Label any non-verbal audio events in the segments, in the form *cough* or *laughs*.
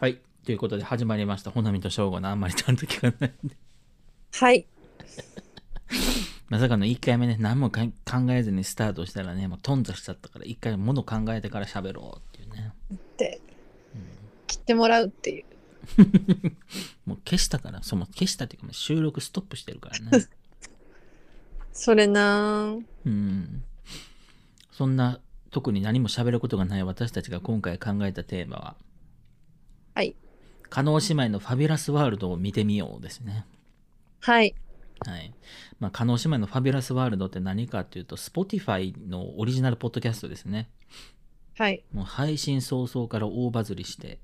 はい。ということで始まりました。ほなみとしょうごのあんまりちゃんと聞かない。 *laughs* はい。まさかの1回目ね、何もかん考えずにスタートしたらね、もう頓挫しちゃったから、1回もの考えてから喋ろうっていうね。って、切ってもらうっていう。 *laughs* もう消したから、その消したっていうか、もう収録ストップしてる *laughs* からね。それなーうん。そんな、特に何も喋ることがない私たちが今回考えたテーマは、はい。加納姉妹のファビュラスワールドを見てみようですね。はい。はい。まあ、加納姉妹のファビュラスワールドって何かっていうと、Spotify のオリジナルポッドキャストですね。はい。もう配信早々から大バズりして、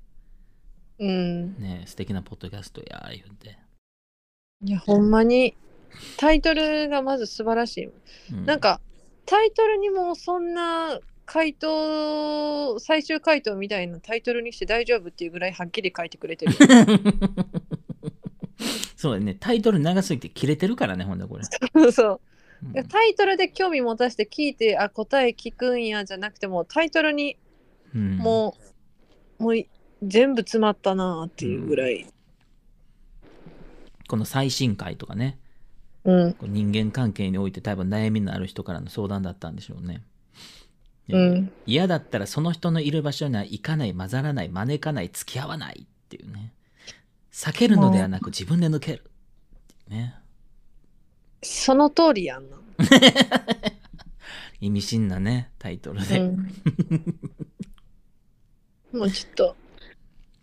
うん。ね、素敵なポッドキャストや、言うて。いや、ほんまに、タイトルがまず素晴らしい。うなん、か、タイトルにもそんな回答、最終回答みたいなタイトルにして大丈夫っていうぐらいはっきり書いてくれてる。 *laughs* そうだね、タイトル長すぎて切れてるからね、ほんでこれ。 *laughs* そう。うんタイトルで興味持たせて聞いて、あ、答え聞くんやじゃなくても、タイトルにうんもう、もうい全部詰まったなーっていうぐらい。この最新回とかね、うん。こう人間関係において多分悩みのある人からの相談だったんでしょうね。でうん。嫌だったらその人のいる場所には行かない、混ざらない、招かない、付き合わないっていうね。避けるのではなく自分で抜ける。ね。その通りやんな。意味深なね、タイトルうで。ん、 *laughs* もうちょっと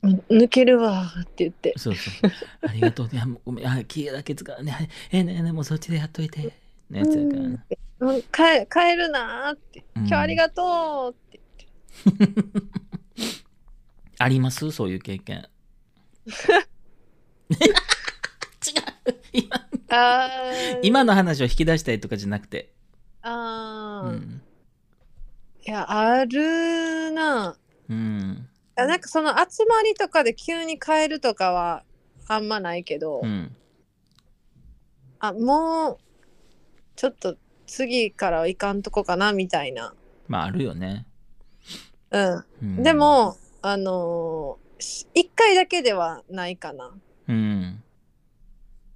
うん抜けるわーって言ってそうそう。ありがとう。いや、もうごめん。あ、気だけ使うね。はいええねえねえ、もうそっちでやっといて。のやつやからね。うん帰帰るなーってうん今日ありがとうって、ありますそういう経 *laughs* 験。違う。今あー今の話を引き出したいとかじゃなくて。うあー、ん。いやあるなうん。あなんかその集まりとかで急に帰るとかはあんまないけど、うん。あもうちょっと次からはいかんとこかなみたいなまあ、あるよね。うん、うん、で、もあのーし一回だけではないかなうん。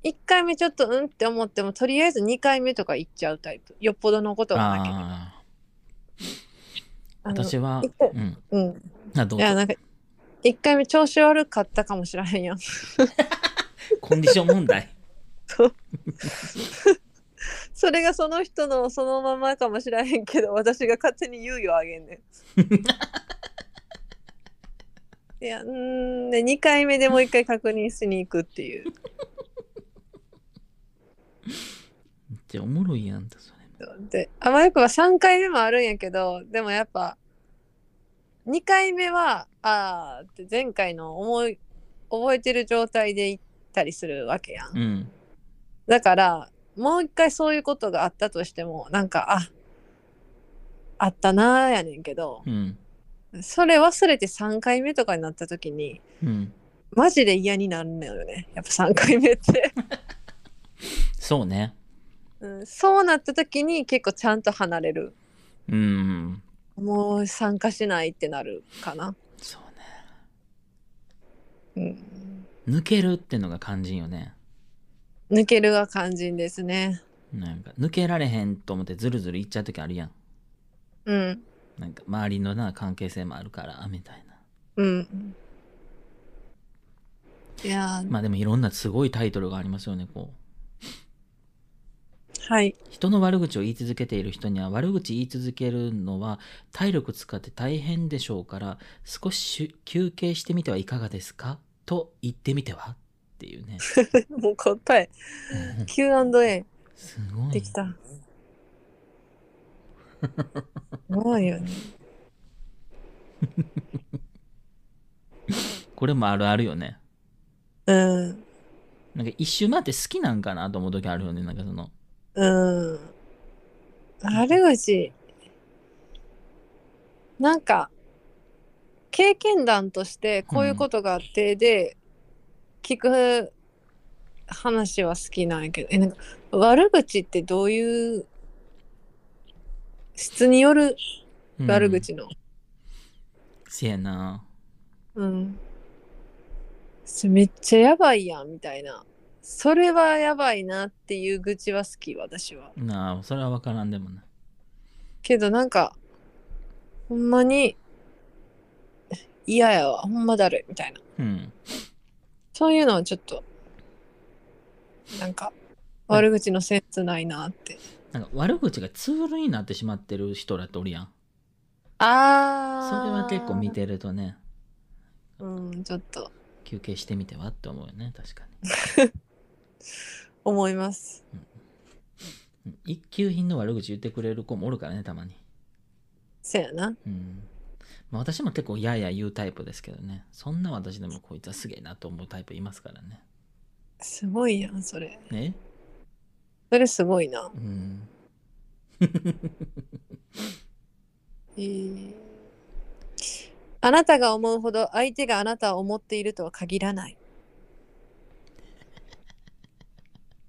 1回目ちょっとうんって思ってもとりあえず2回目とか行っちゃうタイプよっぽどのことがなければああ、あの私は一、回うん。うんあ、どういやぞ。なんか1回目調子悪かったかもしらへんやんコンディション問題。 *laughs* それがその人のそのままかもしらへんけど私が勝手に猶予あげ *laughs* んねんいやうーんで2回目でもう1回確認しに行くっていうめっちゃおもろいやんだ、それ。であまよくは3回目もあるんやけどでもやっぱ2回目はあーって前回の思い覚えてる状態で行ったりするわけやんうん。だからもう一回そういうことがあったとしてもなんかああったなーやねんけどうん。それ忘れて3回目とかになった時にうん。マジで嫌になるのよねやっぱ3回目って、 *laughs* そうね。うん、そうなった時に結構ちゃんと離れるうん。もう参加しないってなるかなそうね。うん抜けるってのが肝心よね。抜けるが肝心ですね。なんか抜けられへんと思ってズルズルいっちゃう時あるやん。うん。なんか周りのな関係性もあるからみたいな。うん。いやー、まあでもいろんなすごいタイトルがありますよね。こはい。 *laughs* う人の悪口を言い続けている人には悪口言い続けるのは体力使って大変でしょうから少しし休憩してみてはいかがですかと言ってみてはっていう *laughs* ね。もう答え、うん Q&A すごでいき。た。すごいよね。これもあるあるよね。うん。なんか一周回って好きなんかなと思う時あるよね。なんかその。うん。悪口。なんか、経験談としてこういうことがあってで、聞く話は好きなんやけど、え、なんか悪口ってどういう質によるうん悪。口の。せやな。うん。それめっちゃやばいやんみたいなそれはやばいなっていう愚痴は好き私はなあそれは分からんでもないけどなんかほんまに嫌やわほんまだるいみたいなうんそういうのはちょっとなんか悪口のセンスないなってなんか悪口がツールになってしまってる人らっておるやんあそれは結構見てるとねうんちょっと休憩してみてはって思うよね確かに思いますうん一級品の悪口言ってくれる子もおるからねたまにせやなうん、まあ、私も結構やや言うタイプですけどねそんな私でもこいつはすげえなと思うタイプいますからねすごいやんそれねそれすごいなうん *laughs* えーあなたが思うほど相手があなたを思っているとは限らない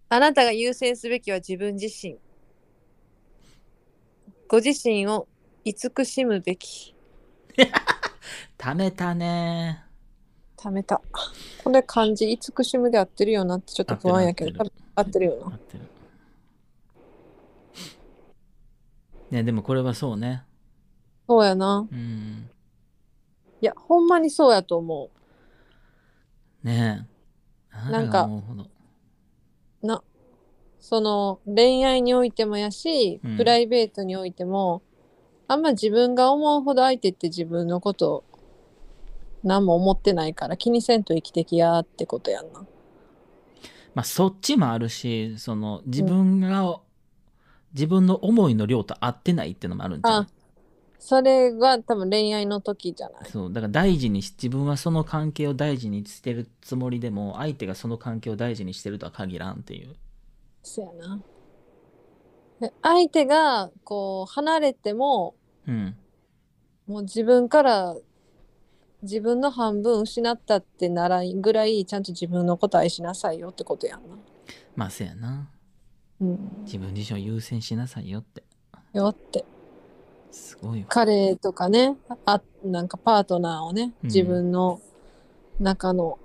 あなたが優先すべきは自分自身ご自身を慈しむべきためたねためたこれ漢字慈しむで合ってるよなってちょっと不安やけ合ってるど多分合ってるよな合ってるねでもこれはそうねそうやなうんいやほんまにそうやと思ねえあなんたかが思うほどうなその恋愛においてもやし、うんプライベートにおいてもあんま自分が思うほど相手って自分のこと何も思ってないから気にせんと生きてきやってことやんなまあそっちもあるしその自分が、自分の思いの量と合ってないってのもあるんじゃうあそれは多分恋愛の時じゃないそうだから大事にし自分はその関係を大事にしてるつもりでも相手がその関係を大事にしてるとは限らんっていうそやなで相手がこう離れてもうんもう自分から自分の半分失ったってならんぐらいちゃんと自分のこと愛しなさいよってことやんな。まあせやなうん、自分自身を優先しなさいよってよってすごいよ彼とかねあなんかパートナーをねうん自分の中の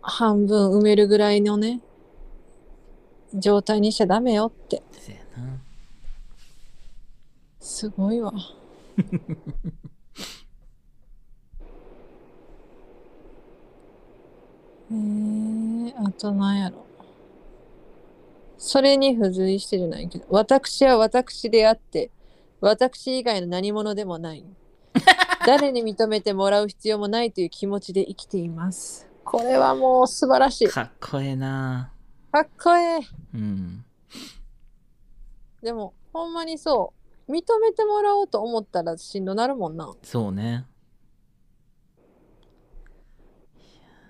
半分埋めるぐらいのね状態にしちゃダメよってせやなすごいわ。えー、あとなんやろ。それに付随してじゃないけど、私は私であって、私以外の何者でもない。誰に認めてもらう必要もないという気持ちで生きています。これはもう素晴らしい。かかっこええなっこええ。うんでも、ほんまにそう。認めてもらおうと思ったらしんどなるもんな。そうね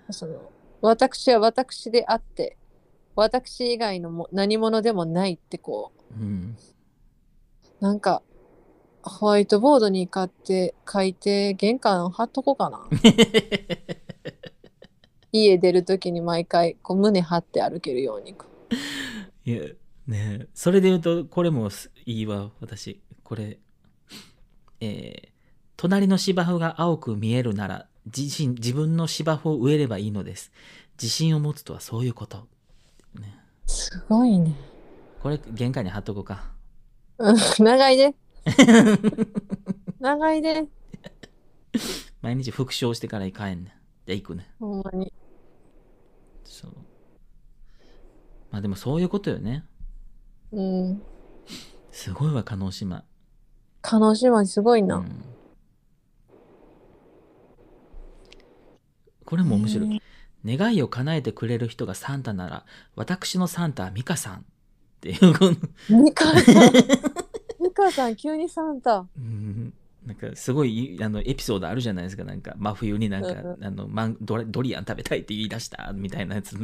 その私は私であって私以外のも何者でもないってこうんうなんかホワイトボードに買って書いて玄関貼っとこうかな家出る時に毎回こう胸張って歩けるようにいやねえそれで言うとこれもすいいわ私これえー隣の芝生が青く見えるなら自身自分の芝生を植えればいいのです自信を持つとはそういうこと、ね、すごいねこれ玄関に貼っとこうか *laughs* うん長いで長いで毎日復唱してから帰んねんじゃあ行くねほんまにそうまあでもそういうことよねうんすごいわ叶姉妹叶姉妹すごいうな、んこれも面白い願いを叶えてくれる人がサンタなら私のサンタはミカさんっていうこの、ミカさんミカさん急にサンタうんなんかすごいあのエピソードあるじゃないですかなんか真冬になんか、うあのマンドラドリアン食べたいって言い出したみたいなやつ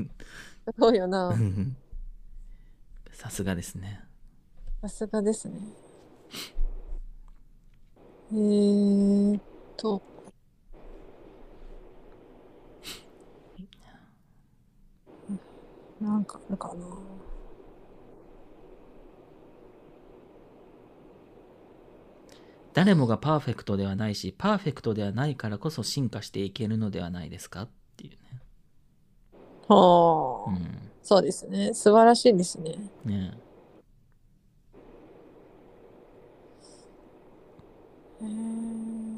そうよなうん *laughs* さすがですねさすがですね。えーっと。なんかあるかな。誰もがパーフェクトではないしパーフェクトではないからこそ進化していけるのではないですかっていうねはあ、うんそうですね素晴らしいですねね *laughs* へー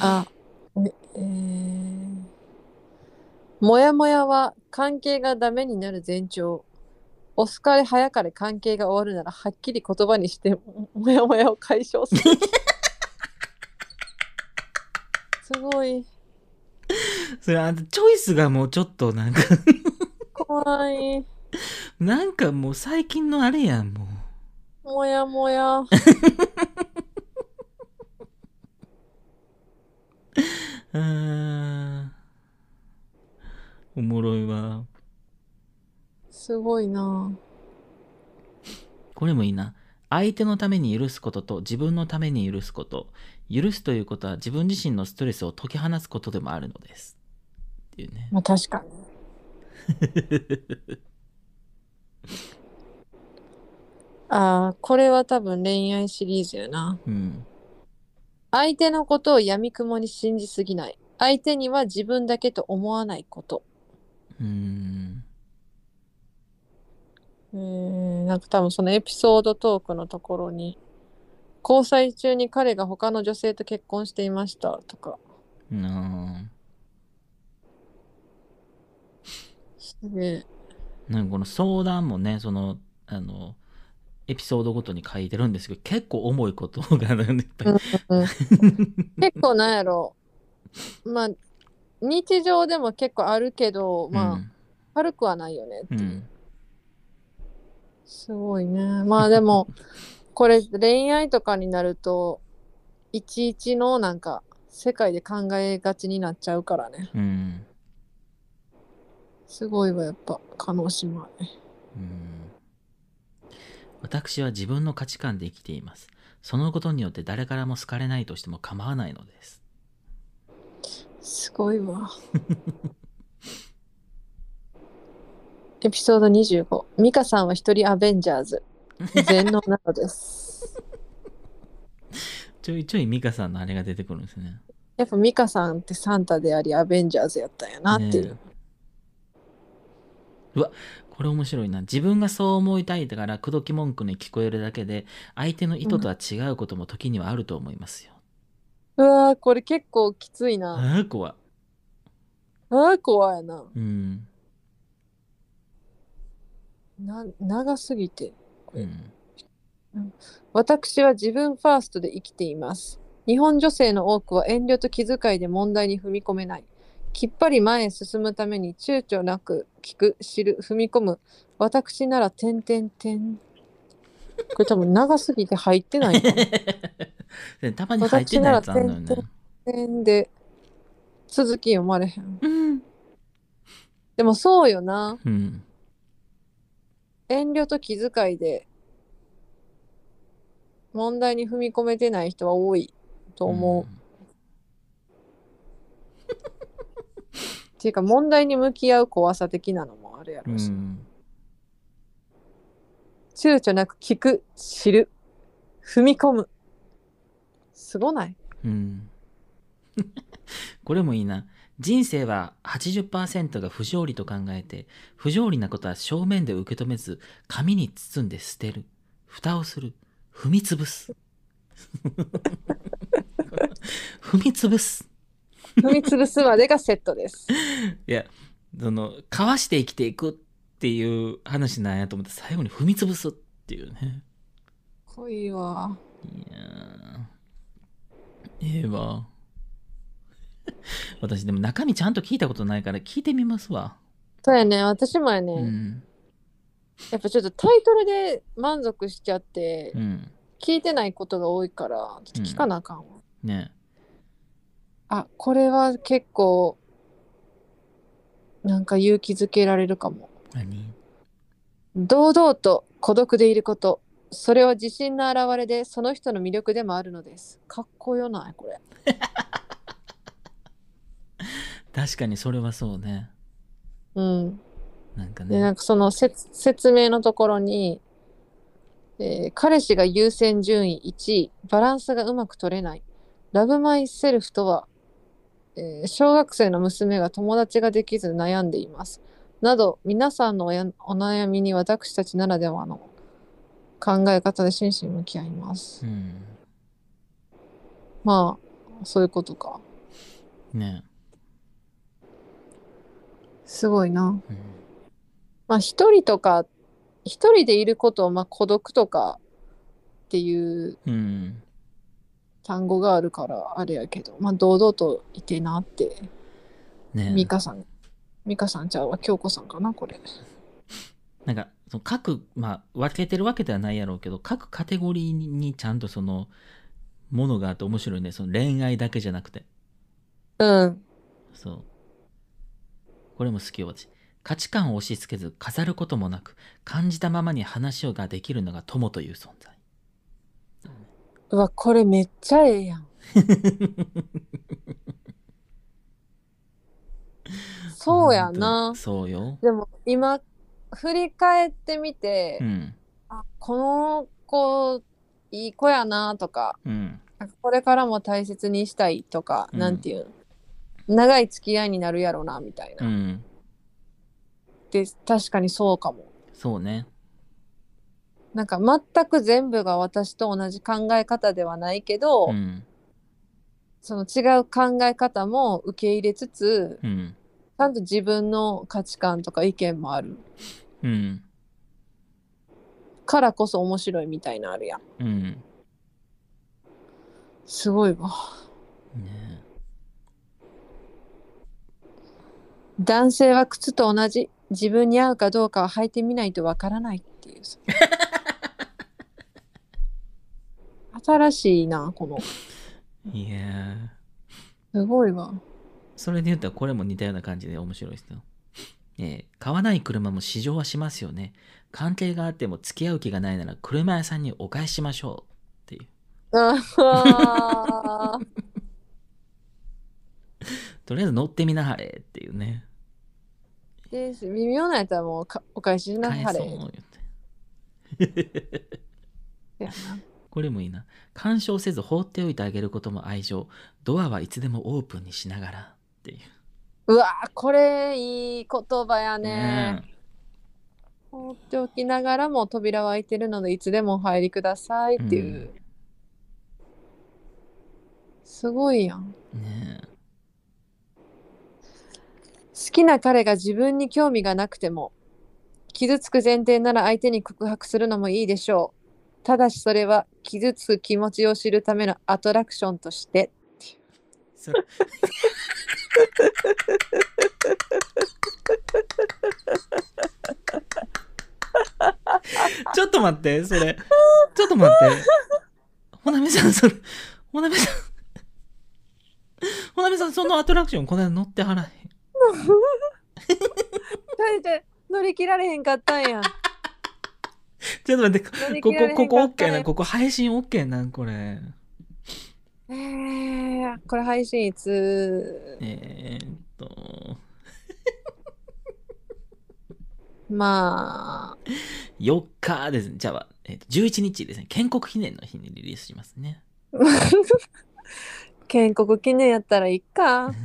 あ、ええー、もやもやは関係がダメになる前兆。遅かれ早かれ関係が終わるならはっきり言葉にしてももやもやを解消する。 *laughs* すごいそれあんたチョイスがもうちょっとなんか *laughs* 怖い。なんかもう最近のあれやんもうもやも *laughs* や。うーんおもろいわすごいな。これもいいな相手のために許すことと自分のために許すこと許すということは自分自身のストレスを解き放つことでもあるのですっていうねまあ確かに。ああ、これは多分恋愛シリーズやな。 *laughs* うん相手のことをやみくもに信じすぎない。相手には自分だけと思わないこと。うーんうーん、なんか多分そのエピソードトークのところに、交際中に彼が他の女性と結婚していましたとか、なすげ *laughs* え。あなんかこの相談もねそのあのエピソードごとに書いてるんですけど結構重いことがねいっぱいうん結構なんやろ。まあ、日常でも結構あるけど、まあ、軽くはないよねってういんう。うんすごいね。まあ *laughs* でも、これ恋愛とかになると、いちいちのなんか、世界で考えがちになっちゃうからね。うんすごいわ、やっぱ、可能姉妹。うん私は自分の価値観で生きていますそのことによって誰からも好かれないとしても構わないのですすご *laughs* いわ。エピソード25。ミカさんは一人アベンジャーズ。全能な *laughs* のです。ちょいちょいミカさんのあれが出てくるんですねやっぱミカさんってサンタでありアベンジャーズやったんやなっていう。ねえうわこれ面白いな自分がそう思いたいだから口説き文句に聞こえるだけで相手の意図とは違うことも時にはあると思いますよ、うわーこれ結構きついな。ああ怖いあー怖いな。うんな長すぎて。 *laughs* うん私は自分ファーストで生きています。日本女性の多くは遠慮と気遣いで問題に踏み込めない。きっぱり前へ進むために躊躇なく聞く、知る、踏み込む。私なら、てんてんてん。これ多分長すぎて入ってないかでたまに入ってないやつあんのよね私ならも。てんで、続き読まれへん。うんでもそうよな。うん遠慮と気遣いで問題に踏み込めてない人は多いと思う。っていうか問題に向き合う怖さ的なのもあるやうろん、うし、うん躊躇なく聞く知る踏み込むすごないうん、 *laughs* これもいいな人生は80%が不条理と考えて不条理なことは正面で受け止めず紙に包んで捨てる蓋をする踏み潰す *laughs* 踏み潰す踏み潰すまでがセットですいやそのかわして生きていくっていう話なんやと思って最後に踏み潰すっていうね恋はいやーええわ *laughs* 私でも中身ちゃんと聞いたことないから聞いてみますわそうやね私もやね、うんやっぱちょっとタイトルで満足しちゃって、うん聞いてないことが多いからちょっと聞かなあかんわ、ねあこれは結構なんか勇気づけられるかも何堂々と孤独でいることそれは自信の表れでその人の魅力でもあるのですかっこよないこれ確かにそれはそうねうんななんかでなねんかその説説明のところに、えー彼氏が優先順位1位バランスがうまく取れないラブマイセルフとは、えー小学生の娘が友達ができず悩んでいますなど皆さんのおやお悩みに私たちならではの考え方で真摯に向き合います、うんまあそういうことかねすごいなうんまあ一人とか一人でいることを、まあ、孤独とかっていううん単語があるからあれやけどまあ堂々といてなってね美香さん美香さんちゃうわ京子さんかなこれなんかその各、まあ、分けてるわけではないやろうけど各カテゴリーにちゃんとそのものがあって面白いねその恋愛だけじゃなくてうんそうこれも好き私価値観を押し付けず飾ることもなく感じたままに話をができるのが友という存在うわこれめっちゃええやん *laughs* そうやほなんとそうよでも今振り返ってみて、うんあこの子いい子やなとかうんなんかこれからも大切にしたいとか、うんなんていうの長い付き合いになるやろなみたいな、うんで確かにそうかもそうねなんか全く全部が私と同じ考え方ではないけど、うんその違う考え方も受け入れつつうんちゃんと自分の価値観とか意見もあるうんからこそ面白いみたいなあるやんうんねすごいわえ男性は靴と同じ自分に合うかどうかは履いてみないとわからないっていうさ新しいなこのいやーすごいわそれで言ったらこれも似たような感じで面白いですよ。 *laughs* えー買わない車も試乗はしますよね。関係があっても付き合う気がないなら車屋さんにお返ししましょうっていう。あーとりあえず乗ってみなはれっていうね。で微妙なやつはもうかお返ししな返はそうれ言って。やな *laughs* これもいいな。干渉せず放っておいてあげることも愛情。ドアはいつでもオープンにしながらっていう。うわーこれいい言葉やねえ放っておきながらも扉は開いてるのでいつでもお入りくださいっていう、うんすごいやんね好きな彼が自分に興味がなくても傷つく前提なら相手に告白するのもいいでしょうただしそれは傷つく気持ちを知るためのアトラクションとしてえ。そ *laughs* ちょっと待って、それ。ちょっと待って。ほなみさん、それ、ほなみさん。ほなみさん、そのアトラクション、この間乗ってはらへん。だって乗り切られへんかったんやんちょっと待って、乗 *laughs* りこ切られへんかったんこ、ここ OK やな、ここ配信 OK な、これ。えー、これ配信いつえー、っと、まあ4日ですね。じゃあ、えーっと11日ですね。建国記念の日にリリースしますね。 *laughs* 建国記念やったらいいか本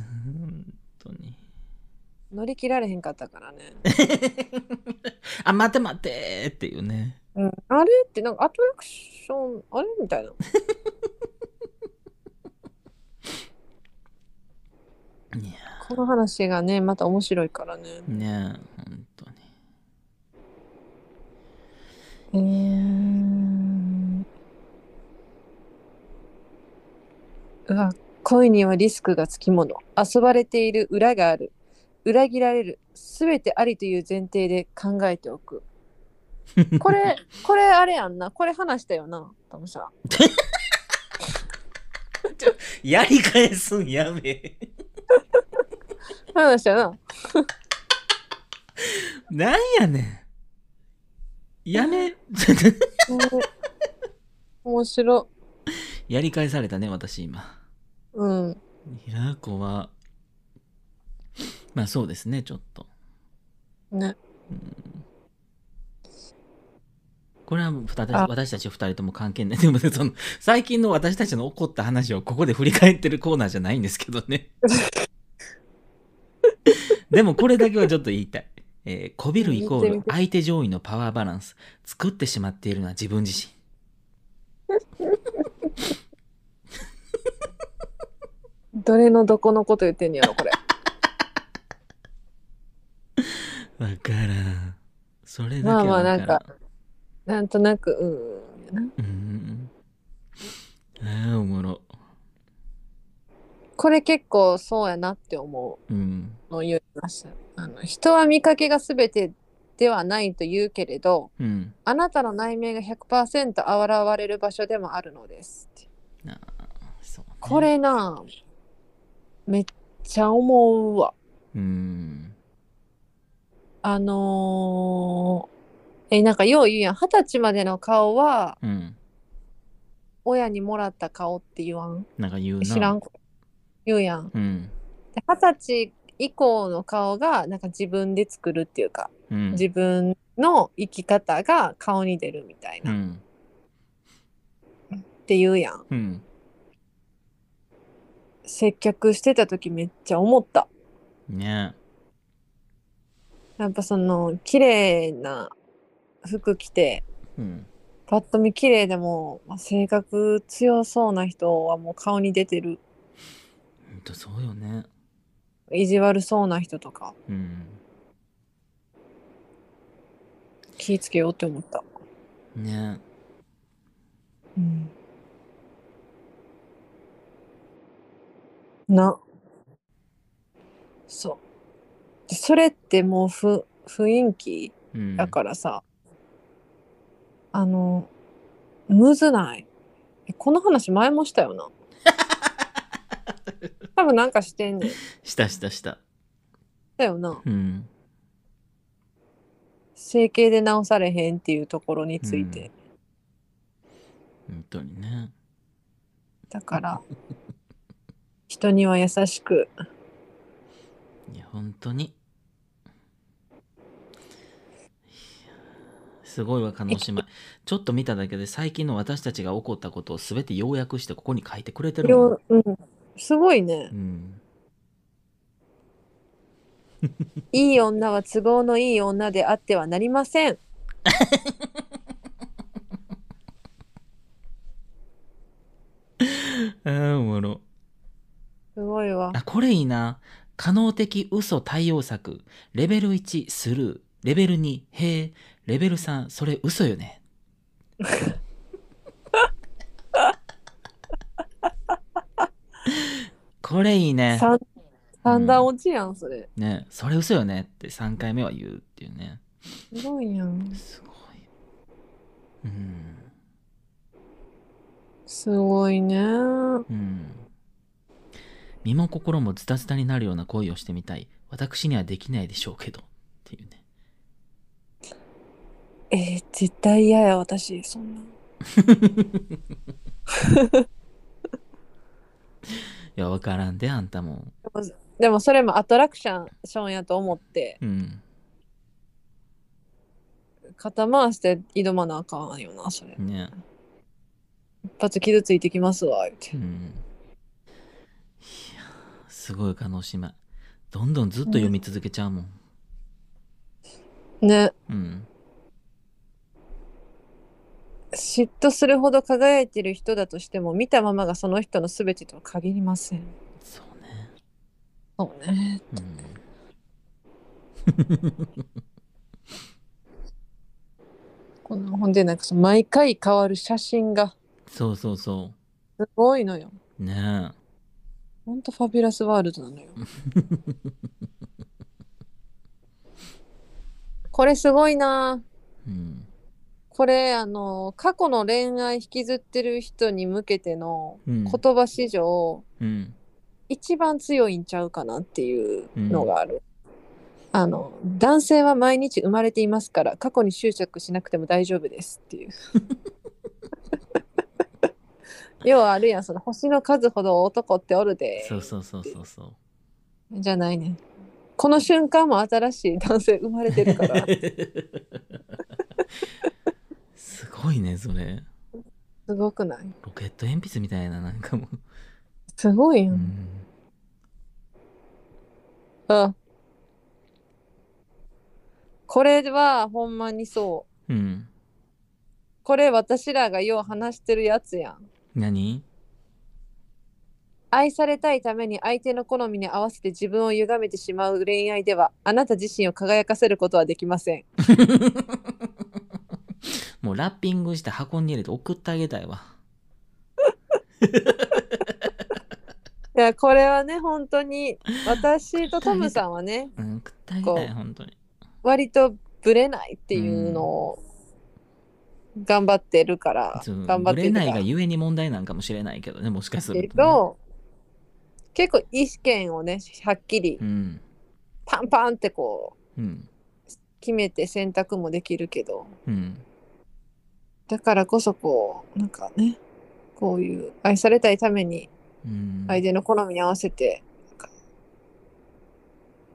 当に。 *laughs* 乗り切られへんかったからね、あ、待って待ってっていうね。うん、あれってなんかアトラクションあれみたいないやこの話がねまた面白いからねーねえ、本当に。えーうわ恋にはリスクがつきもの遊ばれている裏がある裏切られるすべてありという前提で考えておくこれこれあれやんなこれ話したよなタムさんやり返すんやべえ。話したよななんやねん。やめ。 *laughs* えー面白やり返されたね、私今。うん平子は、まあそうですね、ちょっと。ねこれはふたあ私たち2人とも関係ない。でも、その、最近の私たちの起こった話をここで振り返ってるコーナーじゃないんですけど *laughs* ね。でも、これだけはちょっと言いたい。えー、こびるイコール相手上位のパワーバランス。作ってしまっているのは自分自身。どれのどこのこと言ってんやろこれ *laughs* わからん。それだけまはあまあわからん。なんかなんとなくうーんうんうんうん。ああ、おもろ。これ結構そうやなって思うん。うのを言いましたあの人は見かけが全てではないと言うけれどうん。あなたの内面が100%現れる場所でもあるのですってああ、そう、ね。こ。れなめっちゃ思うわうん。あのーえなんかよう言うやん二十歳までの顔はうん。親にもらった顔って言わんなんか言うな。知らん。言うやんうん。で二十歳以降の顔がなんか自分で作るっていうか、うん。自分の生き方が顔に出るみたいうなっん。て言うやん、うん。接客してた時めっちゃ思ったねやっぱその綺麗な服着てうん。パッと見綺麗でも、まあ性格強そうな人はもう顔に出てるほんとそうよね。意地悪そうな人とかうん。気ぃつけようって思った、ねうん、なそうでそれってもうふ雰囲気うん。だからさ、あのむずないえこの話前もしたよな多分なんかしてんねんしたしたした。だよなうん。整形で直されへんっていうところについて、本当にね。だから人には優しくいや、本当に。いやすごいわ、叶姉妹。ちょっと見ただけで最近の私たちが起こったことを全て要約してここに書いてくれてるもんよう、うん、すごいねうん。 *laughs* いい女は都合のいい女であってはなりませんあーおもろ。すごいわあ、これいいな。可能的嘘対応策。レベル1、スルー。レベル2、へえ。レベル3、それ嘘よね。これいいね。三三段落ちやんそれねそれ嘘よねって3回目は言うっていうね。すごいやんすごい。うん。すごいねうん。身も心もズタズタになるような恋をしてみたい。私にはできないでしょうけど。っていうね。えー絶対嫌や私そんないや、わからんで、あんたも。でもそれもアトラクションションやと思ってうん。肩回して挑まなあかんよなそれね。一発傷ついてきますわ言うてうん。いや、すごい、鹿児島。どんどんずっと読み続けちゃうもん。ねうん。嫉妬するほど輝いてる人だとしても見たままがその人の全てとは限りませんそうね。そうねうん。 *laughs* このほんでなんかその毎回変わる写真がそうそうそすごいのよう。ねほんとファビュラスワールドなのよ *laughs* これすごいなうん。これあの過去の恋愛引きずってる人に向けてのうん。言葉史上、うん。一番強いんちゃうかなっていうのがある、あの男性は毎日生まれていますから過去に執着しなくても大丈夫ですっ *laughs* ていう *laughs* 要はあるやんその星の数ほど男っておるでそうそうそうそうそう。じゃないねこの瞬間も新しい男性生まれてるから *laughs* すごいねそれすごくないロケット鉛筆みたいななんかもう、すごいよ、うん、うん、これはほんまにそううん、これ私らがよう話してるやつやん何愛されたいために相手の好みに合わせて自分を歪めてしまう恋愛ではあなた自身を輝かせることはできません *laughs* もうラッピングして箱に入れて送ってあげたいわいやこれはね本当に私とトムさんはねうん送ってあげたいこう本当に割とブレないっていうのを頑張ってるからそう頑張ってぶれるかないがらゆえに問題なんかもしれないけどねもしかすると、ねけ、ど結構意見をねはっきりうんパンパンってこううん決めて選択もできるけどうんだからこそこうなんかねこういう愛されたいためにうん相手の好みに合わせてなんか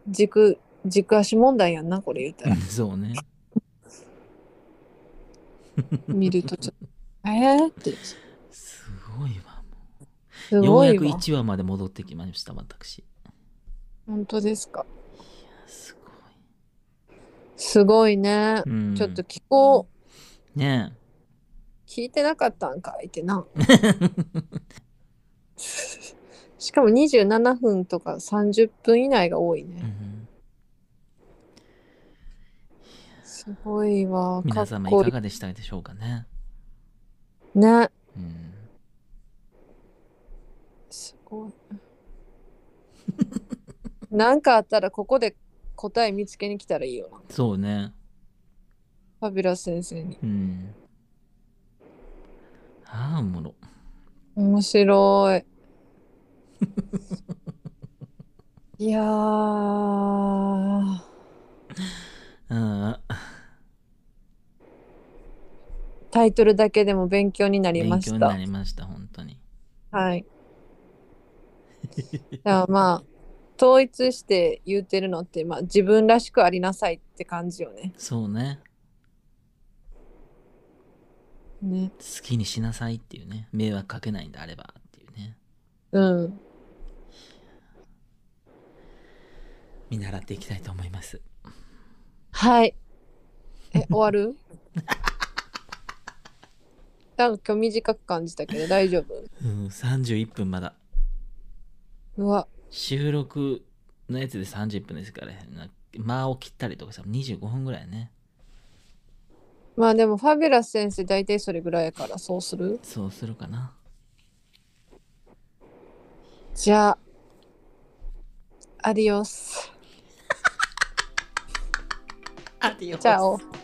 軸軸足問題やんなこれ言ったうん *laughs* らそうね見るとちょっとえーってすごいわすようごやいくわ1話まで戻ってきました私本当ですいかやすごいすごいね、、うん、ちょっと聞こう *laughs* ね聞いてなかったんかいってなえしかも27分とか30分以内が多いね、うんすごいわか皆っ様いこいかいがでしたでしょうかね、ねうん、すご *laughs* い。なんかあったらここで答え見つけに来たらいいよな。そうねファビュラス先生に。うんああおもろ *laughs* 面白い。いやー、うんタイトルだけでも勉強になり勉ま強しにた。なりました本当にはい。じ *laughs* ゃあまあ、統一して言ってるのって、まあ、自分らしくありなさいって感じよね。そうねね。好きにしなさいっていうね迷惑かけないんであればっていうねうん。見習っていきたいと思いますはい。え、終わるなんか今日短く感じたけど大丈夫うん31分まだうわ、収録のやつで30分ですからな間を切ったりとかさ25分ぐらいねまあでもファビュラス先生大体それぐらいやからそうするそうするかなじゃあ、アディオス。あディオスチャオ。